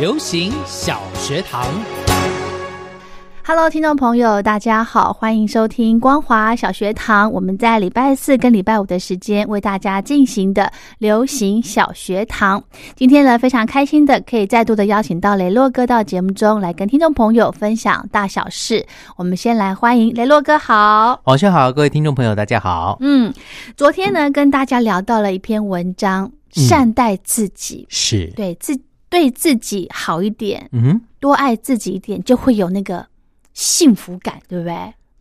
流行小学堂， Hello，听众朋友，大家好，欢迎收听光华小学堂。我们在礼拜四跟礼拜五的时间为大家进行的流行小学堂。今天呢，非常开心的可以再度的邀请到雷洛哥到节目中来跟听众朋友分享大小事。我们先来欢迎雷洛哥，好。晚上好，各位听众朋友，大家好。嗯，昨天呢跟大家聊到了一篇文章，嗯善待自己，是，对自对自己好一点，嗯哼，多爱自己一点，就会有那个幸福感，对不对？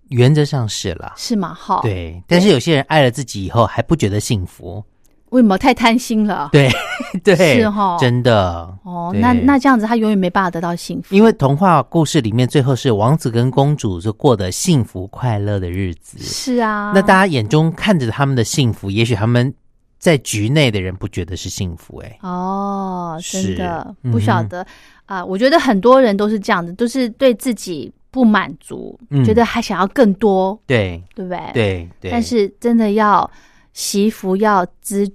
原则上是啦。是吗？哈，。对，但是有些人爱了自己以后还不觉得幸福，为什么太贪心了？对 对，哦是哦真的。哦，对那那这样子，他永远没办法得到幸福。因为童话故事里面最后是王子跟公主就过得幸福快乐的日子，是啊，那大家眼中看着他们的幸福，也许他们在局内的人不觉得是幸福、哎，哦，真的是嗯哼不晓得啊、我觉得很多人都是这样子，都是对自己不满足，嗯觉得还想要更多，对对不对？。对对，但是真的要惜福，要知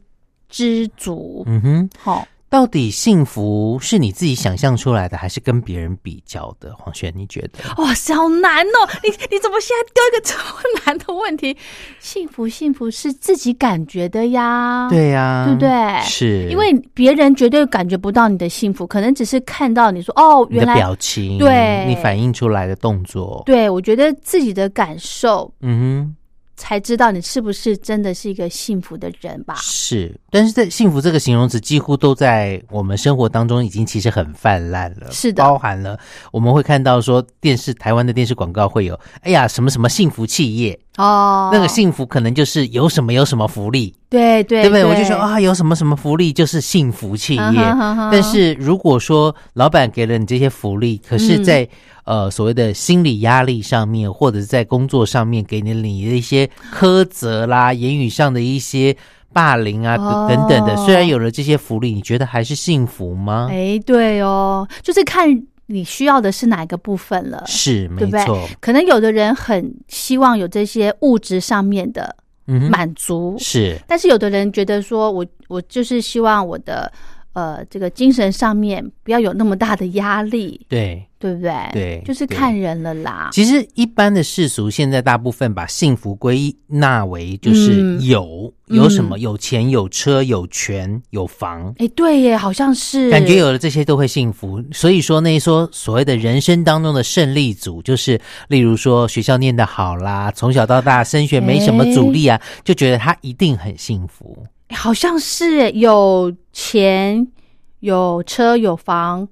知足。哦嗯哼，好、到底幸福是你自己想象出来的，还是跟别人比较的？黄轩，你觉得？哇、塞，好难哦！你你怎么现在丢一个这么难的问题？幸福，幸福是自己感觉的呀。。对呀、对不对是因为别人绝对感觉不到你的幸福，可能只是看到你说哦，你原的来表情，对你反映出来的动作，，对我觉得自己的感受嗯才知道你是不是真的是一个幸福的人吧哼，？是。但是在幸福这个形容词，几乎都在我们生活当中已经其实很泛滥了，是的包含了我们会看到说电视台湾的电视广告会有，哎呀，什么什么幸福企业，哦，那个幸福可能就是有什么有什么福利，对对对对不对？我就说，啊，有什么什么福利就是幸福企业。嗯哼嗯哼但是如果说老板给了你这些福利，可是嗯在，呃所谓的心理压力上面，或者是在工作上面给你你的一些苛责啦、言语上的一些霸凌啊、哦等等的，虽然有了这些福利，你觉得还是幸福吗？哎，对哦，就是看你需要的是哪一个部分了。是，没对不对错，可能有的人很希望有这些物质上面的嗯哼，满足，是，但是有的人觉得说我我就是希望我的呃这个精神上面不要有那么大的压力，对。对不对？对就是对看人了啦。其实一般的世俗，现在大部分把幸福归纳为就是嗯有、嗯有什么，有钱、有车、有权、有房。哎，对耶，好像是感觉有了这些都会幸福，所以说那一说所谓的人生当中的胜利组，就是例如说学校念得好啦，从小到大升学没什么阻力啊，哎就觉得他一定很幸福。诶哎好像是耶有钱、有车、有房，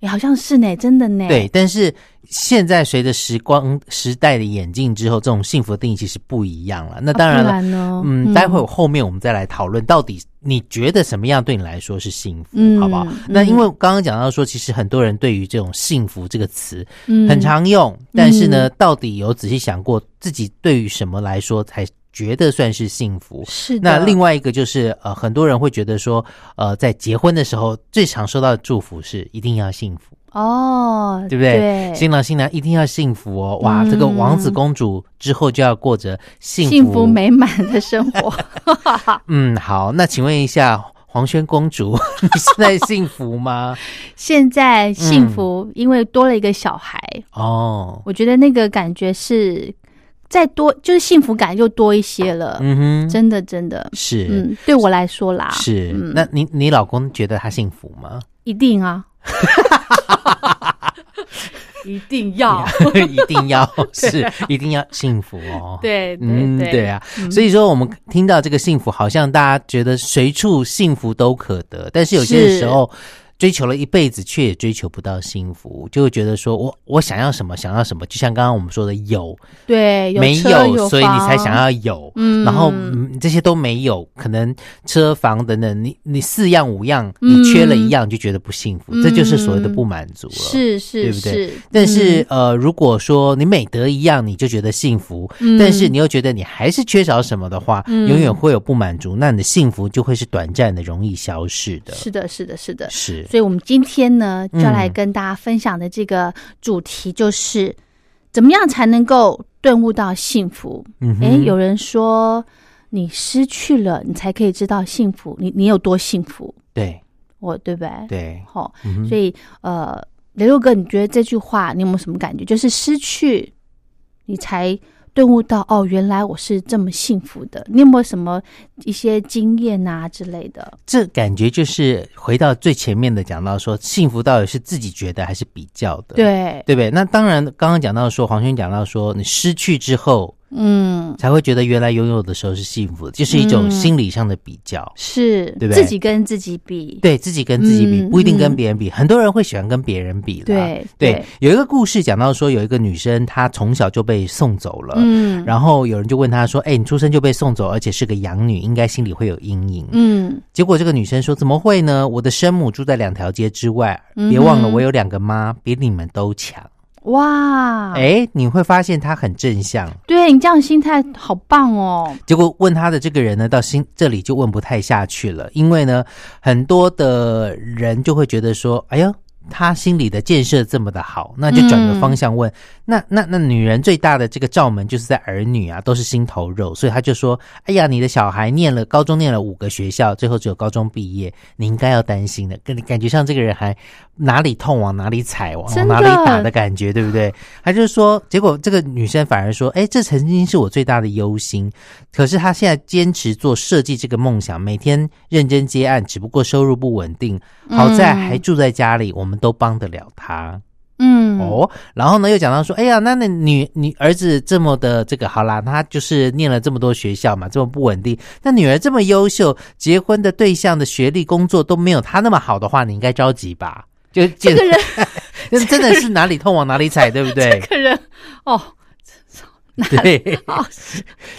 哎，好像是呢，真的呢。对，，但是现在随着时光时代的演进之后，这种幸福的定义其实不一样了。那当然了，啊不然呢嗯，嗯待会儿后面我们再来讨论，到底你觉得什么样对你来说是幸福，嗯好不好？那因为刚刚讲到说，其实很多人对于这种“幸福”这个词嗯很常用，但是呢，到底有仔细想过自己对于什么来说才觉得算是幸福？是的。那另外一个就是，呃，很多人会觉得说，呃，在结婚的时候最常收到的祝福是一定要幸福。哦，对不对？新郎新娘一定要幸福哦！哇，这个王子公主之后就要过着幸福嗯幸福美满的生 活，嗯，好，那请问一下，黄轩公主， 你现在幸福 吗？现在幸嗯福，因为多了一个小孩，哦，我觉得那个感觉是再多，就是幸福感又多一些了。嗯哼，真的，真的，是、嗯，对我来说啦，是。嗯那你你 老公觉得他幸福吗？一定啊，啊一定要。 一定要 是一定要幸福哦。 对嗯，对对啊，所以说我们听到这个幸福，好像大家觉得随处幸福都可得，但是有些是时候追求了一辈子，却也追求不到幸福，就会觉得说我我想要什么，想要什么，就像刚刚我们说的有对，有没车有所以你才房想要有，嗯然后、嗯、这些都没有，可能车房等等，你你四样五样，你缺了一样，你就觉得不幸福，这就是所谓的不满足了。。嗯是是对不对是，嗯但是、呃，如果说你每得一样你就觉得幸福，嗯但是你又觉得你还是缺少什么的话，永远会有不满足，那你的幸福就会是短暂的，容易消逝的。是的，是的，是的。是所以，我们今天呢，就要来嗯跟大家分享的这个主题就是，怎么样才能够顿悟到幸福？嗯哼诶，哎有人说，你失去了，你才可以知道幸福，你你有多幸福，对我对不对？对，好、嗯哼所以呃，雷洛哥，你觉得这句话你有没有什么感觉？就是失去，你才顿悟到哦，原来我是这么幸福的。你有没有什么一些经验啊之类的？这感觉就是回到最前面的讲到说，幸福到底是自己觉得还是比较的？对，对不对？那当然，刚刚讲到说，黄轩讲到说，你失去之后嗯，才会觉得原来拥有的时候是幸福的，就是一种嗯心理上的比较。是对不对自己跟自己比，对自己跟自己比，嗯不一定跟别人比。很多人会喜欢跟别人比啦。对嗯对对，有一个故事讲到说，有一个女生她从小就被送走了，嗯呃然后有人就问她说：“哎，你出生就被送走，而且是个养女，应该心里会有阴影。嗯结果这个女生说：“怎么会呢？我的生母住在两条街之外，嗯别忘了我有两个妈，比你们都强。哇，哎，你会发现她很正向。对你这样心态好棒哦，结果问他的这个人呢，到心这里就问不太下去了，因为呢，很多的人就会觉得说，哎呦。他心里的建设这么的好，那就转个方向问，那那那女人最大的这个罩门就是在儿女啊，都是心头肉，所以他就说，哎呀，你的小孩念了高中念了五个学校，最后只有高中毕业，你应该要担心的，跟你感觉上这个人还哪里痛往哪里踩，往真往的哪里打的感觉，对不对？他就说，结果这个女生反而说，哎，这曾经是我最大的忧心，可是他现在坚持做设计这个梦想，每天认真接案，只不过收入不稳定。好在还住在家里，我们都帮得了他、嗯， 哦。然后呢，又讲到说，哎呀，那那女你儿子这么的这个好啦，他就是念了这么多学校嘛，这么不稳定。那女儿这么优秀，结婚的对象的学历、工作都没有他那么好的话，你应该着急吧？就这这个人，人 真的是哪里痛往哪里踩，对不对 这？个人，哦，对好。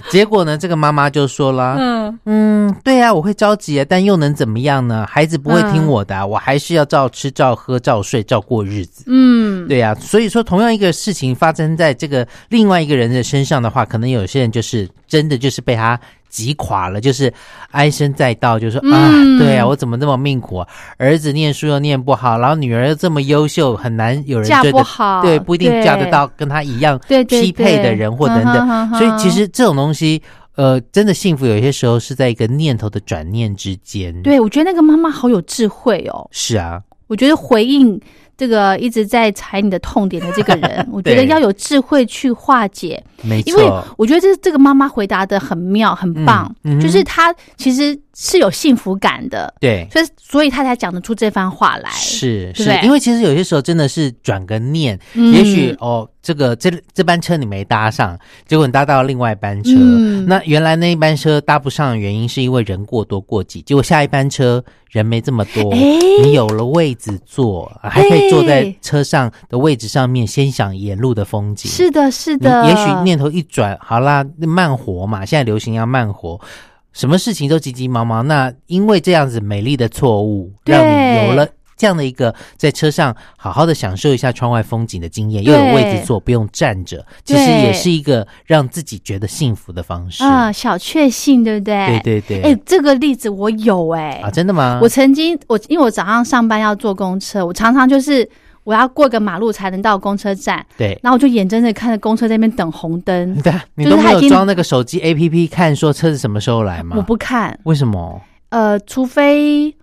结果呢，这个妈妈就说了，嗯，嗯，对呀、我会着急啊，但又能怎么样呢？孩子不会嗯听我的啊、我还是要照吃、照喝、照睡、照过日子。嗯，对呀、所以说同样一个事情发生在这个另外一个人的身上的话，可能有些人就是真的就是被他击垮了，就是唉声载道，就说、嗯啊，对呀、我怎么这么命苦啊？儿子念书又念不好，然后女儿又这么优秀，很难有人嫁追不得好，对，不一定嫁得到跟他一样对对嗯匹配的人或等等。等所以其实这种东西，呃，真的幸福有些时候是在一个念头的转念之间。，对，我觉得那个妈妈好有智慧哦。是啊，我觉得回应这个一直在踩你的痛点的这个 人，我觉得对要有智慧去化解，没因为错，我觉得这这个妈妈回答的很妙，很棒，嗯嗯哼就是她其实是有幸福感的，对，所以所以她才讲得出这番话来。是哎对不是对，因为其实有些时候真的是转个念，嗯也许哦，这个这这班车你没搭上，结果你搭到另外一班车，嗯那原来那一班车搭不上的原因是因为人过多过挤，结果下一班车人没这么多，哎哦你有了位子坐，还可以坐在车上的位置上面，先想沿路的风景。是的，是你的，也许念头一转，好啦，慢活嘛，现在流行要慢活，什么事情都急急忙忙。那因为这样子美丽的错误，对让你有了。这样的一个在车上好好的享受一下窗外风景的经验，又对有位置坐，不用站着，其实对也是一个让自己觉得幸福的方式。嗯，小确幸，对不对？对对对，哎、这个例子我有哎、啊，真的吗？我曾经，我因为我早上上班要坐公车，我常常就是我要过个马路才能到公车站，对，然后我就眼睁睁地看着公车在那边等红灯，对啊，你就是都没他已有经装那个手机 APP 看说车子什么时候来吗？我不看，为什么？呃，除非。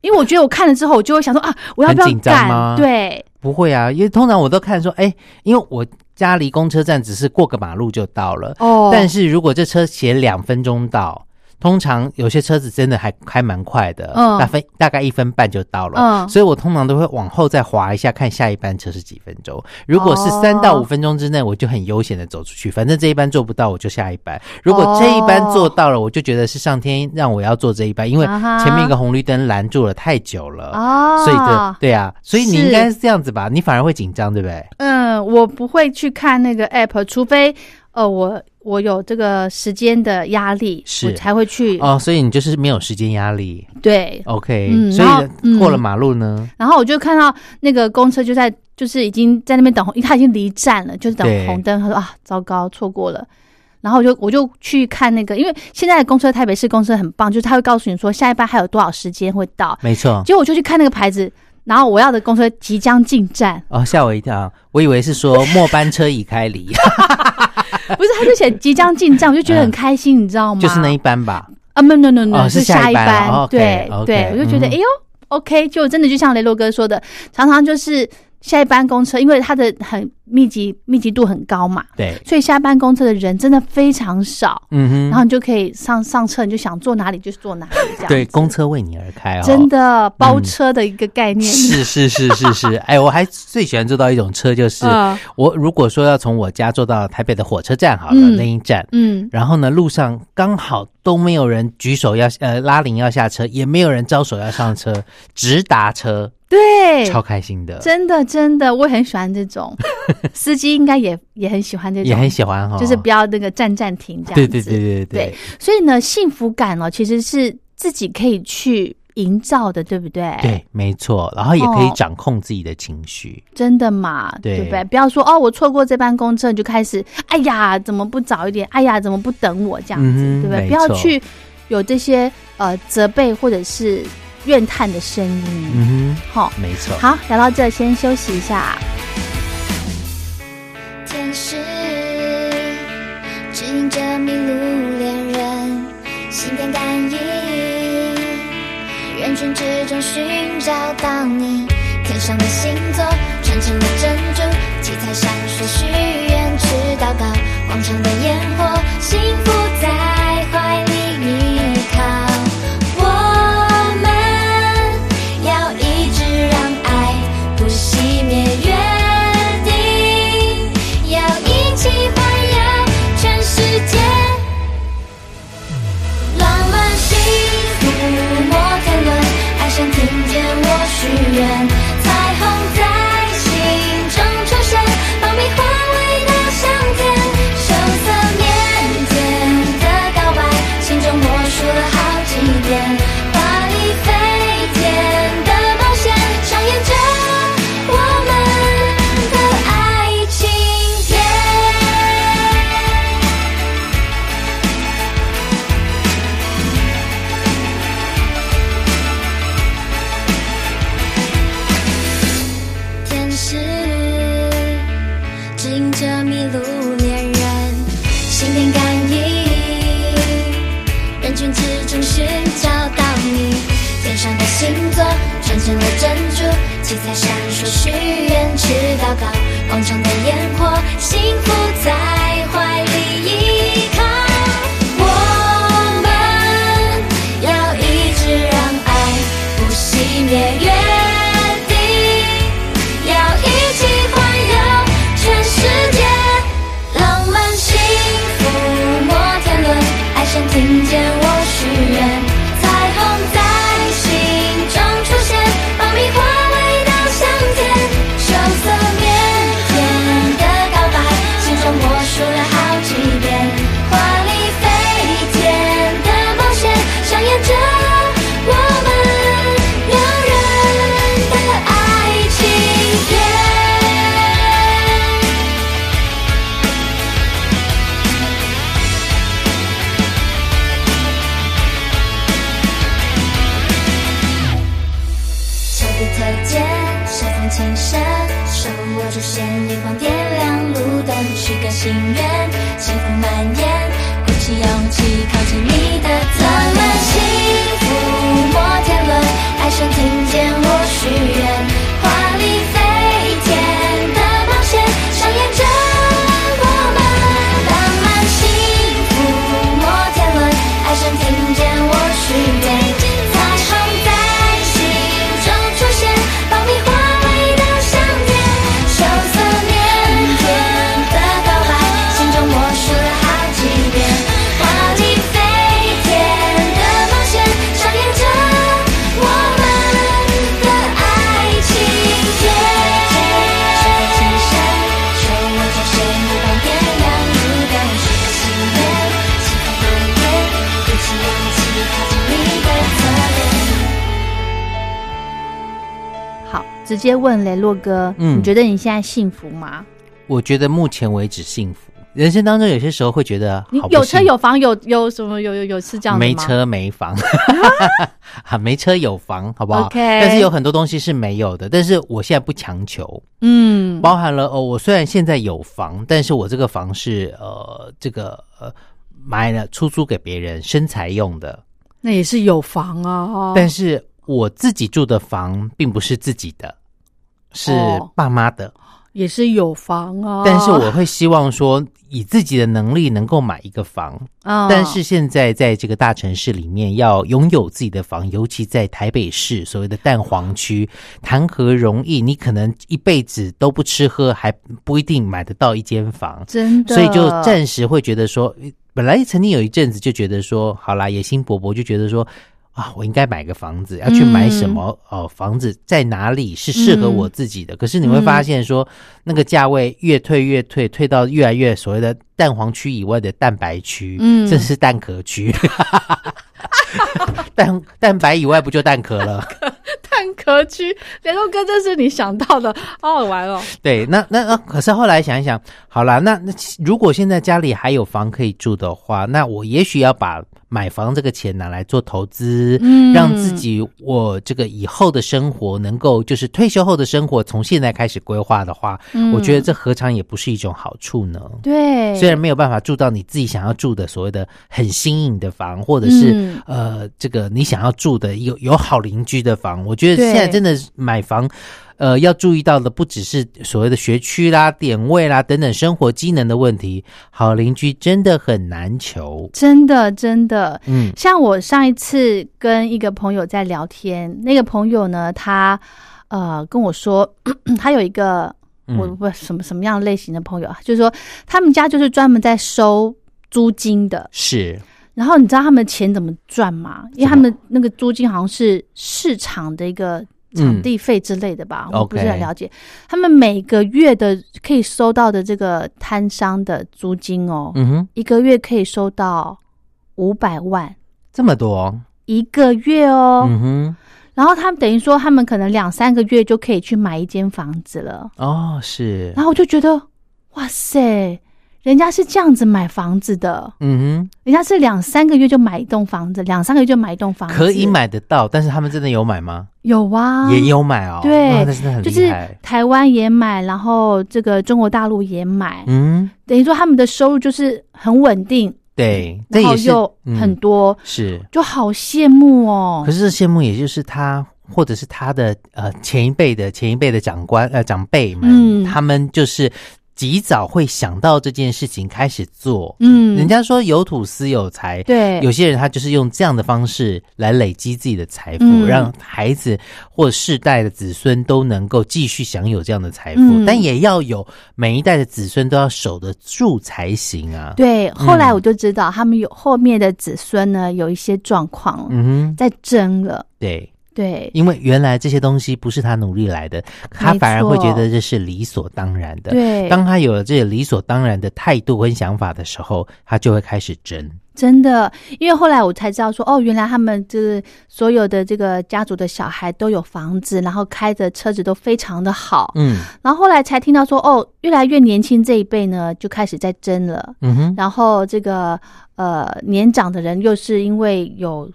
因为我觉得我看了之后，我就会想说啊，我要不要很紧张干？吗对，不会啊，因为通常我都看说，哎、因为我家离公车站只是过个马路就到了，哦，但是如果这车写两分钟到，通常有些车子真的还开蛮快的，嗯大分大概一分半就到了，嗯所以我通常都会往后再滑一下，看下一班车是几分钟。如果是哦三到五分钟之内，我就很悠闲的走出去，反正这一班做不到，我就下一班。如果这一班做到了，我就觉得是上天让我要做这一班，因为啊哈前面一个红绿灯拦住了太久了，哦，所以这对啊，所以你是应该是这样子吧？你反而会紧张，对不对？嗯，我不会去看那个 app，除非呃，我我有这个时间的压力，是我才会去。哦，所以你就是没有时间压力对， ，OK？、嗯所然后嗯以过了马路呢？然后我就看到那个公车就在，就是已经在那边等红，因为他已经离站了，就是等对红灯。他说啊，糟糕，错过了。然后我就我就去看那个，因为现在的公车，台北市公车很棒，就是他会告诉你说下一班还有多少时间会到。没错。结果我就去看那个牌子，然后我要的公车即将进站，哦，吓我一跳！我以为是说末班车已开离， 不是，他就写即将进站，我就觉得很开心，你知道吗？就是那一班吧？啊，no no no no，、哦是是下下一一班班，哦，OK，对 OK，对，我就觉得、嗯哎呦，OK，就真的就像雷洛哥说的，常常就是下一班公车，因为它的很密集密集度很高嘛，对，所以下班公车的人真的非常少，嗯然哼，后你就可以上上车，你就想坐哪里就坐哪里，这样对，子公车为你而开哦，真的包车的一个概念，是是是是 是，哎，我还最喜欢坐到一种车，就是、嗯我如果说要从我家坐到台北的火车站好了、嗯那一站，嗯，然后呢路上刚好都没有人举手要呃拉铃要下车，也没有人招手要上车，直达车，对，超开心的，真的真的，我也很喜欢 这种，司机应该也也很喜欢这种，也很喜欢哈、哦，就是不要那个站站停这样对子，对对对对，所以呢，幸福感哦，其实是自己可以去营造的，对不对？，对，没错，然后也可以哦掌控自己的情绪。真的嘛，对不对？不要说哦，我错过这班公车，你就开始，哎呀，怎么不早一点？哎呀，怎么不等我？这样子，嗯哼对不对？没不要错去有这些呃责备或者是怨叹的声音。嗯好、哼，没错。哦好，聊到这，先休息一下。天使指引着迷路恋人，心电感应，人群之中寻找到你。天上的星座，传情的珍珠，七彩闪烁，许愿池祷告，广场的烟火，幸福在怀里依靠。我们要一直让爱不熄灭，约定要一起环游全世界。浪漫幸福摩天轮，爱上听见我许愿，彩虹在心中出现，爆米花味道香甜，羞涩腼腆的告白，心中默数了好几遍，华丽飞天的冒险，上演着我们的爱情片。天使指引着迷路恋人，心电感应，人群之中寻找到你。天上的星座，传承了珍珠，七彩闪烁，许愿池祷告，广场的烟火，幸福在怀里依靠。我们要一直让爱不熄灭，约定。要一起环游全世界，浪漫幸福摩天轮，爱上听见我许愿，彩虹在心中出现，爆米花味道香甜，羞涩腼腆的告白，心中默数了好几遍，华丽飞天的冒险，上演着我们两人的爱情片。丘比特间，手风琴声，手握住线，月光点亮路灯，许个心愿，幸福蔓延，鼓起勇气靠近你的浪漫幸福摩天轮，爱上听见我许愿，华丽飞天的冒险，上演着我们浪漫幸福摩天轮，爱上听见直接问雷洛哥，嗯你觉得你现在幸福吗？我觉得目前为止幸福。人生当中有些时候会觉得你好不有车幸有房有有什么有有有是这样的吗？没车没 房，啊，没车有房，好不好 OK 但是有很多东西是没有的，但是我现在不强求，嗯，包含了哦，我虽然现在有房，但是我这个房是呃这个呃买了出租给别人生财用的，那也是有房啊。但是我自己住的房并不是自己的，是哦爸妈的。也是有房啊。但是我会希望说，以自己的能力能够买一个房。嗯，但是现在在这个大城市里面，要拥有自己的房，尤其在台北市所谓的蛋黄区，谈何容易？你可能一辈子都不吃喝，还不一定买得到一间房。真的，所以就暂时会觉得说，呃本来曾经有一阵子就觉得说，好啦，野心勃勃，就觉得说。啊，我应该买个房子，要去买什么？嗯哦，房子在哪里是适合我自己的？可是你会发现说，那个价位越退越退，退到越来越所谓的蛋黄区以外的蛋白区，嗯甚至是蛋壳区。 蛋蛋白以外不就蛋壳了？蛋壳区，雷洛哥，这是你 想到的，好好玩哦。对，那那那，可是后来想一想，好啦，那那其如果现在家里还有房可以住的话，那我也许要把买房这个钱拿来做投资，嗯让自己我这个以后的生活能够就是退休后的生活从现在开始规划的话，嗯 我觉得这何尝也不是一种好处呢？对，虽然没有办法住到你自己想要住的所谓的很新颖的房，或者是、嗯呃，这个你想要住的有有好邻居的房，我觉得对现在真的是买房，呃，要注意到的不只是所谓的学区啦、点位啦等等生活机能的问题，好邻居真的很难求。真的真的，嗯，像我上一次跟一个朋友在聊天，那个朋友呢，他呃跟我说， 他有一个嗯我不什么什么样类型的朋友啊，就是说他们家就是专门在收租金的。是然后你知道他们钱怎么赚吗？因为他们那个租金好像是市场的一个场地费之类的吧，我不嗯是 OK 很了解。他们每个月的可以收到的这个摊商的租金哦，嗯哼，一个月可以收到五百万。这么多，一个月哦，嗯哼，然后他们等于说他们可能两三个月就可以去买一间房子了，哦，是然，后我就觉得，哇塞，人家是这样子买房子的，嗯人家是两三个月就买一栋房子，两三个月就买一栋房哼，子，可以买得到，但是他们真的有买吗？有啊，也有买哦，对哇那真的很就是厉害。台湾也买，然后这个中国大陆也买，嗯，等于说他们的收入就是很稳定，对，这然后也是又嗯很多，是就好羡慕哦可。是羡慕，也就是他或者是他的呃前一辈的前一辈的长官呃长辈们，嗯他们就是及早会想到这件事情开始做。嗯，人家说有土司有财，对有些人他就是用这样的方式来累积自己的财富，嗯让孩子或世代的子孙都能够继续享有这样的财富，嗯但也要有每一代的子孙都要守得住才行啊。，对，后来我就知道他们有后面的子孙呢有一些状况了，嗯哼，在争了。对。对，因为原来这些东西不是他努力来的，他没错反而会觉得这是理所当然的。对当他有了这个理所当然的态度跟想法的时候，他就会开始争。真的，因为后来我才知道说，哦，原来他们就是所有的这个家族的小孩都有房子，然后开的车子都非常的好。嗯然后后来才听到说，哦，越来越年轻这一辈呢，就开始在争了。嗯哼，然后这个呃年长的人又是因为有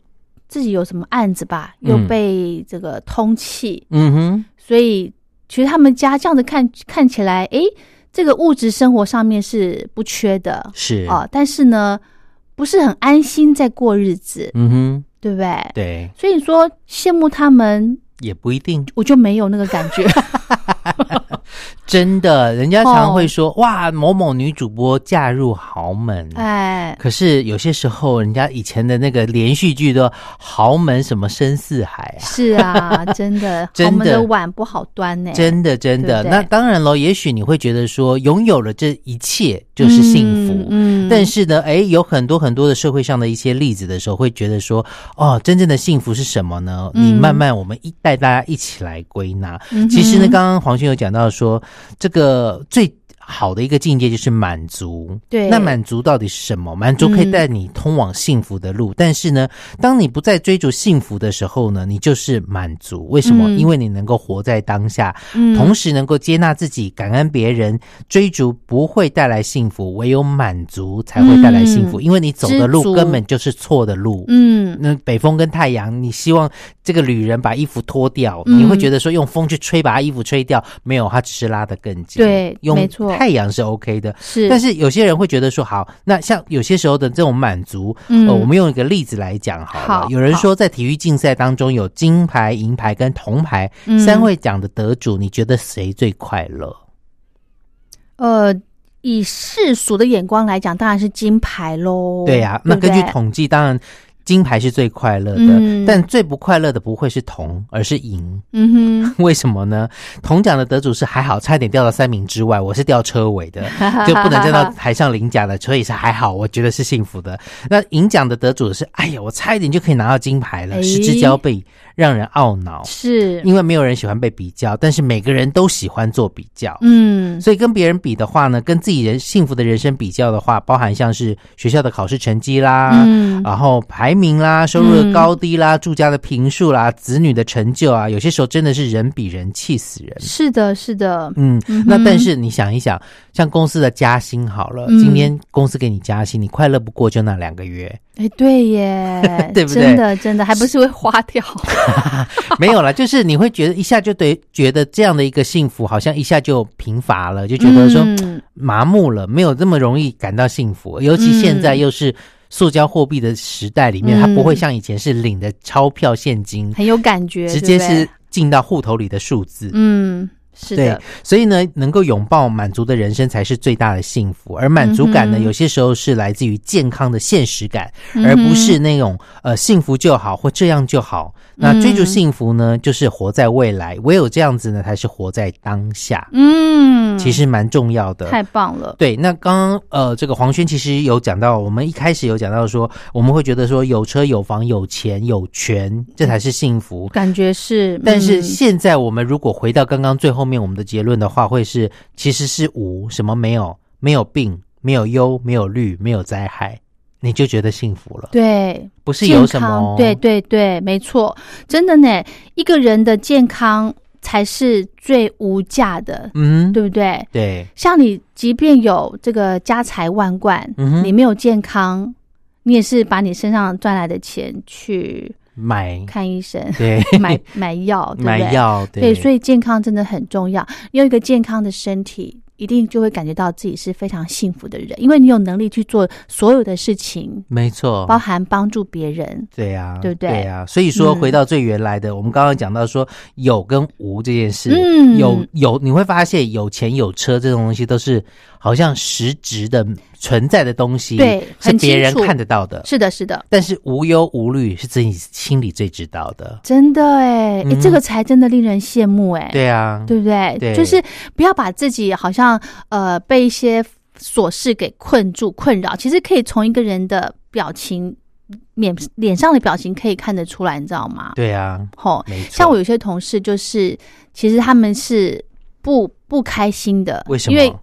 自己有什么案子吧，又嗯被这个通气，嗯哼，所以其实他们家这样子看看起来，诶，这个物质生活上面是不缺的是哦、但是呢，不是很安心在过日子，嗯哼，对不对？对，所以你说羡慕他们，也不一定。我就没有那个感 觉。真的，人家常会说、哇，某某女主播嫁入豪门。哎，可是有些时候，人家以前的那个连续剧都豪门什么深似海啊，是啊，真 的，真的我们的碗不好端呢、真的，真的。哎对不对那当然喽，也许你会觉得说，拥有了这一切就是幸福。嗯，嗯但是呢，哎，有很多很多的社会上的一些例子的时候，会觉得说，哦，真正的幸福是什么呢？嗯你慢慢我们一带大家一起来归纳。嗯哼其实呢，刚刚黄轩有讲到说，这个最好的一个境界就是满足。对那满足到底是什么？满足可以带你通往幸福的嗯路，但是呢，当你不再追逐幸福的时候呢，你就是满足。为什么？嗯因为你能够活在当下，嗯同时能够接纳自己、感恩别人。追逐不会带来幸福，唯有满足才会带来幸福，嗯因为你走的知足路根本就是错的路。嗯，那北风跟太阳，你希望这个旅人把衣服脱掉，嗯你会觉得说用风去吹把他衣服吹掉，没有，他只是拉得更紧。对用没错太阳是 OK 的。是，但是有些人会觉得说，好，那像有些时候的这种满足，嗯呃，我们用一个例子来讲好了。好有人说，在体育竞赛当中有金牌、银牌跟铜牌、嗯三位奖的得主，你觉得谁最快乐？呃，以世俗的眼光来讲，当然是金牌喽。对呀、那不根据对统计，当然金牌是最快乐的，嗯但最不快乐的不会是铜，而是银。 嗯哼，为什么呢？铜奖的得主是还好，差点掉到三名之外，我是掉车尾 的，就不能站到台上领奖的，所以是还好，我觉得是幸福的。那银奖的得主是，哎呀，我差一点就可以拿到金牌哎了，失之交臂，让人懊恼，是，因为没有人喜欢被比较，但是每个人都喜欢做比较。嗯，所以跟别人比的话呢，跟自己人幸福的人生比较的话，包含像是学校的考试成绩啦，嗯然后排名啦、收入的高低啦、住家的平数啦、子女的成就啊，有些时候真的是人比人气死人。是的，是的，嗯，那但是你想一想，像公司的加薪好了，嗯今天公司给你加薪，你快乐不过就那两个月，，哎，对耶 对不对真的，真的，还不是会花掉？没有 啦，就是你会觉得一下就对，觉得这样的一个幸福好像一下就贫乏 了，就觉得说嗯麻木了，没有这么容易感到幸福。尤其现在又是塑胶货币的时代里面，嗯它不会像以前是领的钞票、现金，很有感觉，直接对不对是进到户头里的数字。嗯，是对的，，所以呢，能够拥抱满足的人生才是最大的幸福。而满足感呢，嗯哼有些时候是来自于健康的现实感，嗯哼而不是那种呃幸福就好或这样就好。嗯那追逐幸福呢，就是活在未来，唯有这样子呢，才是活在当下。嗯，其实呃蛮重要的，太棒了，对，那刚刚呃，这个黄轩其实有讲到，我们一开始有讲到说，我们会觉得说有车有房有钱有权，这才是幸福。感觉是，但是嗯现在我们如果回到刚刚最后面我们的结论的话，会是其实是无什么没有，没有病，没有忧，没有虑，没有灾害，你就觉得幸福了，对不是健有康，什么哦对对对，没错，真的呢，一个人的健康才是最无价的，嗯对不对？对像你，即便有这个家财万贯，嗯哼你没有健康，你也是把你身上赚来的钱去买看医生、嗯对买买药，对不对？买药对，所以以健康真的很重要。你有一个健康的身体，一定就会感觉到自己是非常幸福的人，因为你有能力去做所有的事情，没错包含帮助别人。对呀、对不对呀、所以说嗯回到最原来的，我们刚刚讲到说有跟无这件事，嗯有有你会发现有钱有车这种东西都是好像实质的存在的东西，对是很别人清楚看得到的。是的，是的，但是无忧无虑是自己心里最知道的，真的哎、诶嗯这个才真的令人羡慕哎、对啊，对不对？对就是不要把自己好像呃被一些琐事给困住、困扰，其实可以从一个人的表情。脸脸上的表情可以看得出来，你知道吗？对啊，吼，没错。像我有些同事就是，其实他们是不不开心的，为什么？因为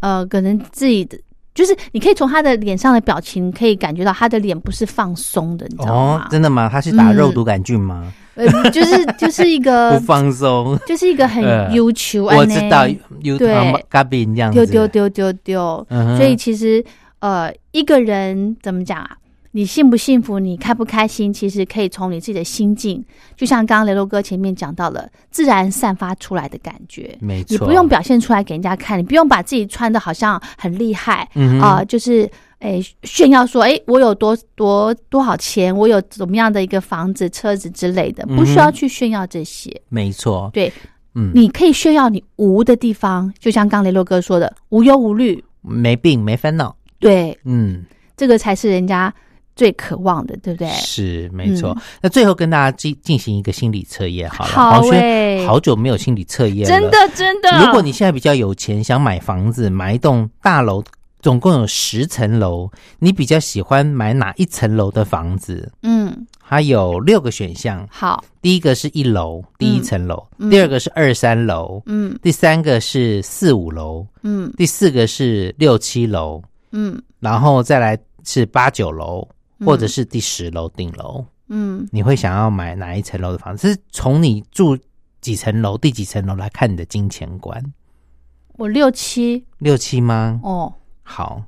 呃，可能自己的就是你可以从他的脸上的表情可以感觉到他的脸不是放松的，你知道哦吗，？真的吗？他是打嗯肉毒杆菌吗？呃，就是就是一个 不放松，就是一个很呃忧愁、啊，我知道有对糖咖啡这样子，丢丢丢丢丢。嗯哼所以其实呃，一个人怎么讲啊？你幸不幸福，你开不开心，其实可以从你自己的心境，就像刚刚雷洛哥前面讲到了，自然散发出来的感觉。没错，你不用表现出来给人家看，你不用把自己穿的好像很厉害啊、嗯哼就是诶炫耀说，诶我有多多多少钱，我有怎么样的一个房子、车子之类的，嗯不需要去炫耀这些。没错，对，嗯，你可以炫耀你无的地方，就像刚雷洛哥说的，无忧无虑，没病没烦恼，对，嗯，这个才是人家最渴望的，对不嗯对？是没错。那最后跟大家进进行一个心理测验好了，好黄欸轩好久没有心理测验了，真的，真的。如果你现在比较有钱，想买房子，买一栋大楼。总共有十层楼，你比较喜欢买哪一层楼的房子？嗯，它有六个选项，好，第一个是一楼，第一层楼；嗯第二个是二三楼；嗯第三个是四五楼；嗯第四个是六七楼，嗯然后再来是八九楼，嗯或者是第十楼顶楼。嗯你会想要买哪一层楼的房子？是从你住几层楼、第几层楼来看你的金钱观，我六七六七吗？哦，好，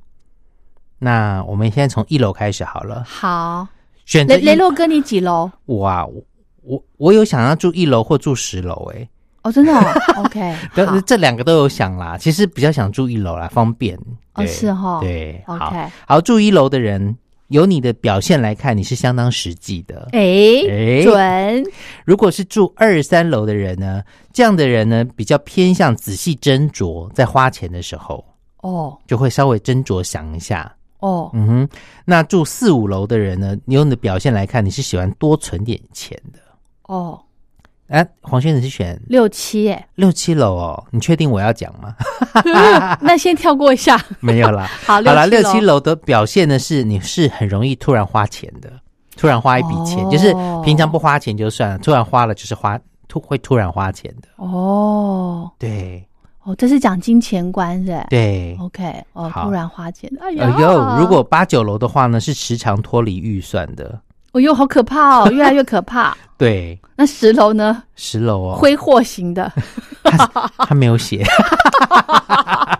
那我们现在从一楼开始好了。好，选择雷一雷洛哥你几楼？哇，我我我有想要住一楼或住十楼诶、欸哦，真的哦 ，OK，但好是这两个都有想啦。其实比较想住一楼啦，方便。哦对是哦对，好，OK，好住一楼的人，由你的表现来看，你是相当实际的。哎，哎准，如果是住二三楼的人呢，这样的人呢比较偏向仔细斟酌，在花钱的时候哦就会稍微斟酌想一下。哦，嗯哼，那住四五楼的人呢，你用你的表现来看，你是喜欢多存点钱的。哦，哎、黄轩，你是选六七，哎，六七楼哦？你确定我要讲吗？ 那先跳过一下，没有啦，好，嗯 好啦，啊六七七，楼的表现呢是你是很容易突然花钱的，突然花一笔钱，哦就是平常不花钱就算了，突然花了就是花突会突然花钱的。哦对哦，这是讲金钱观是不是对， ，OK，哦，好突然花钱，哎哎呀，呦，如果八九楼的话呢，是时常脱离预算的。哎呦，好可怕哦，越来越可 怕。对，那十楼呢？十楼哦，挥霍型的，他没有 写。哦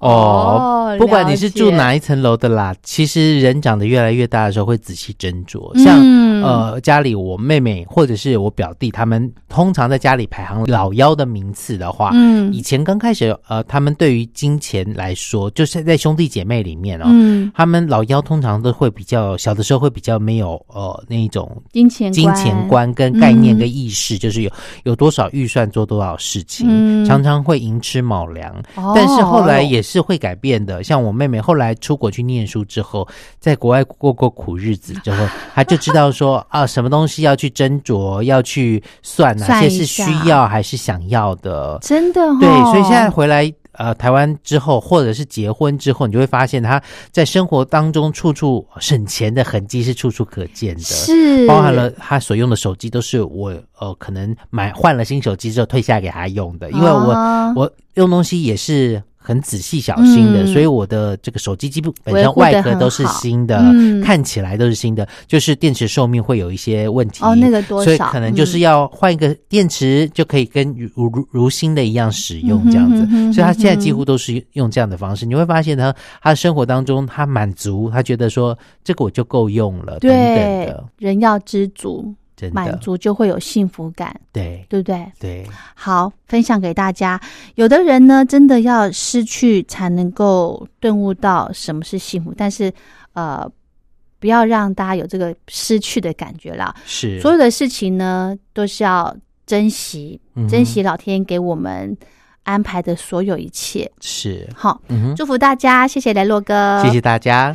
哦，不管你是住了解哪一层楼的啦，其实人长得越来越大的时候会仔细斟酌。 像、嗯呃，家里我妹妹或者是我表弟，他们通常在家里排行老幺的名次的话，嗯以前刚开始呃，他们对于金钱来说，就是在兄弟姐妹里面哦，嗯，他们老幺通常都会比较小的时候会比较没有呃那一种金钱金钱，观跟概念跟意识，就是有有多少预算做多少事情，嗯常常会寅吃卯粮。哦但是后来也是会改变的，像我妹妹后来出国去念书之后，在国外过过苦日子之后，她就知道 说啊，什么东西要去斟酌，要去算哪算些一是下需要还是想要的。真的哦对，所以现在回来呃台湾之后，或者是结婚之后，你就会发现他在生活当中处处省钱的痕迹是处处可见的。是包含了他所用的手机都是我呃，可能买换了新手机之后退下给他用的，因为我、啊我用东西也是很仔细小心的，嗯所以我的这个手机基本维上护得外壳都是很好新的，嗯看起来都是新的，就是电池寿命会有一些问题哦那个多少嗯所以可能就是要换一个电池就可以跟如如如新的一样使用这样子，嗯哼哼哼所以他现在几乎都是用这样的方式，你会发现他他的生活当中他满足，他觉得说这个我就够用了等等对的，人要知足，真的满足就会有幸福感，对对不对？对好，分享给大家。有的人呢，真的要失去才能够顿悟到什么是幸福，但是呃，不要让大家有这个失去的感觉啦。是，所有的事情呢，都是要珍惜，嗯哼珍惜老天给我们安排的所有一切。是好，嗯哼，祝福大家，谢谢雷洛哥，谢谢大家。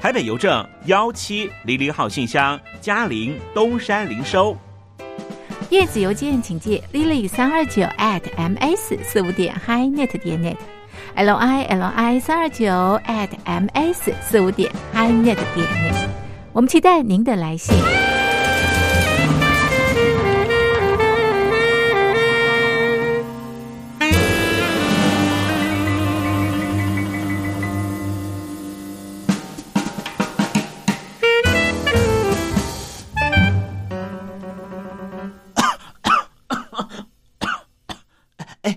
台北邮政幺七零零号信箱，嘉陵东山零收。电子邮件请寄 lily 三二九 at ms 四五点 highnet 点 net l i l i 三二九 at ms 四五点 highnet 点 net。我们期待您的来信。哎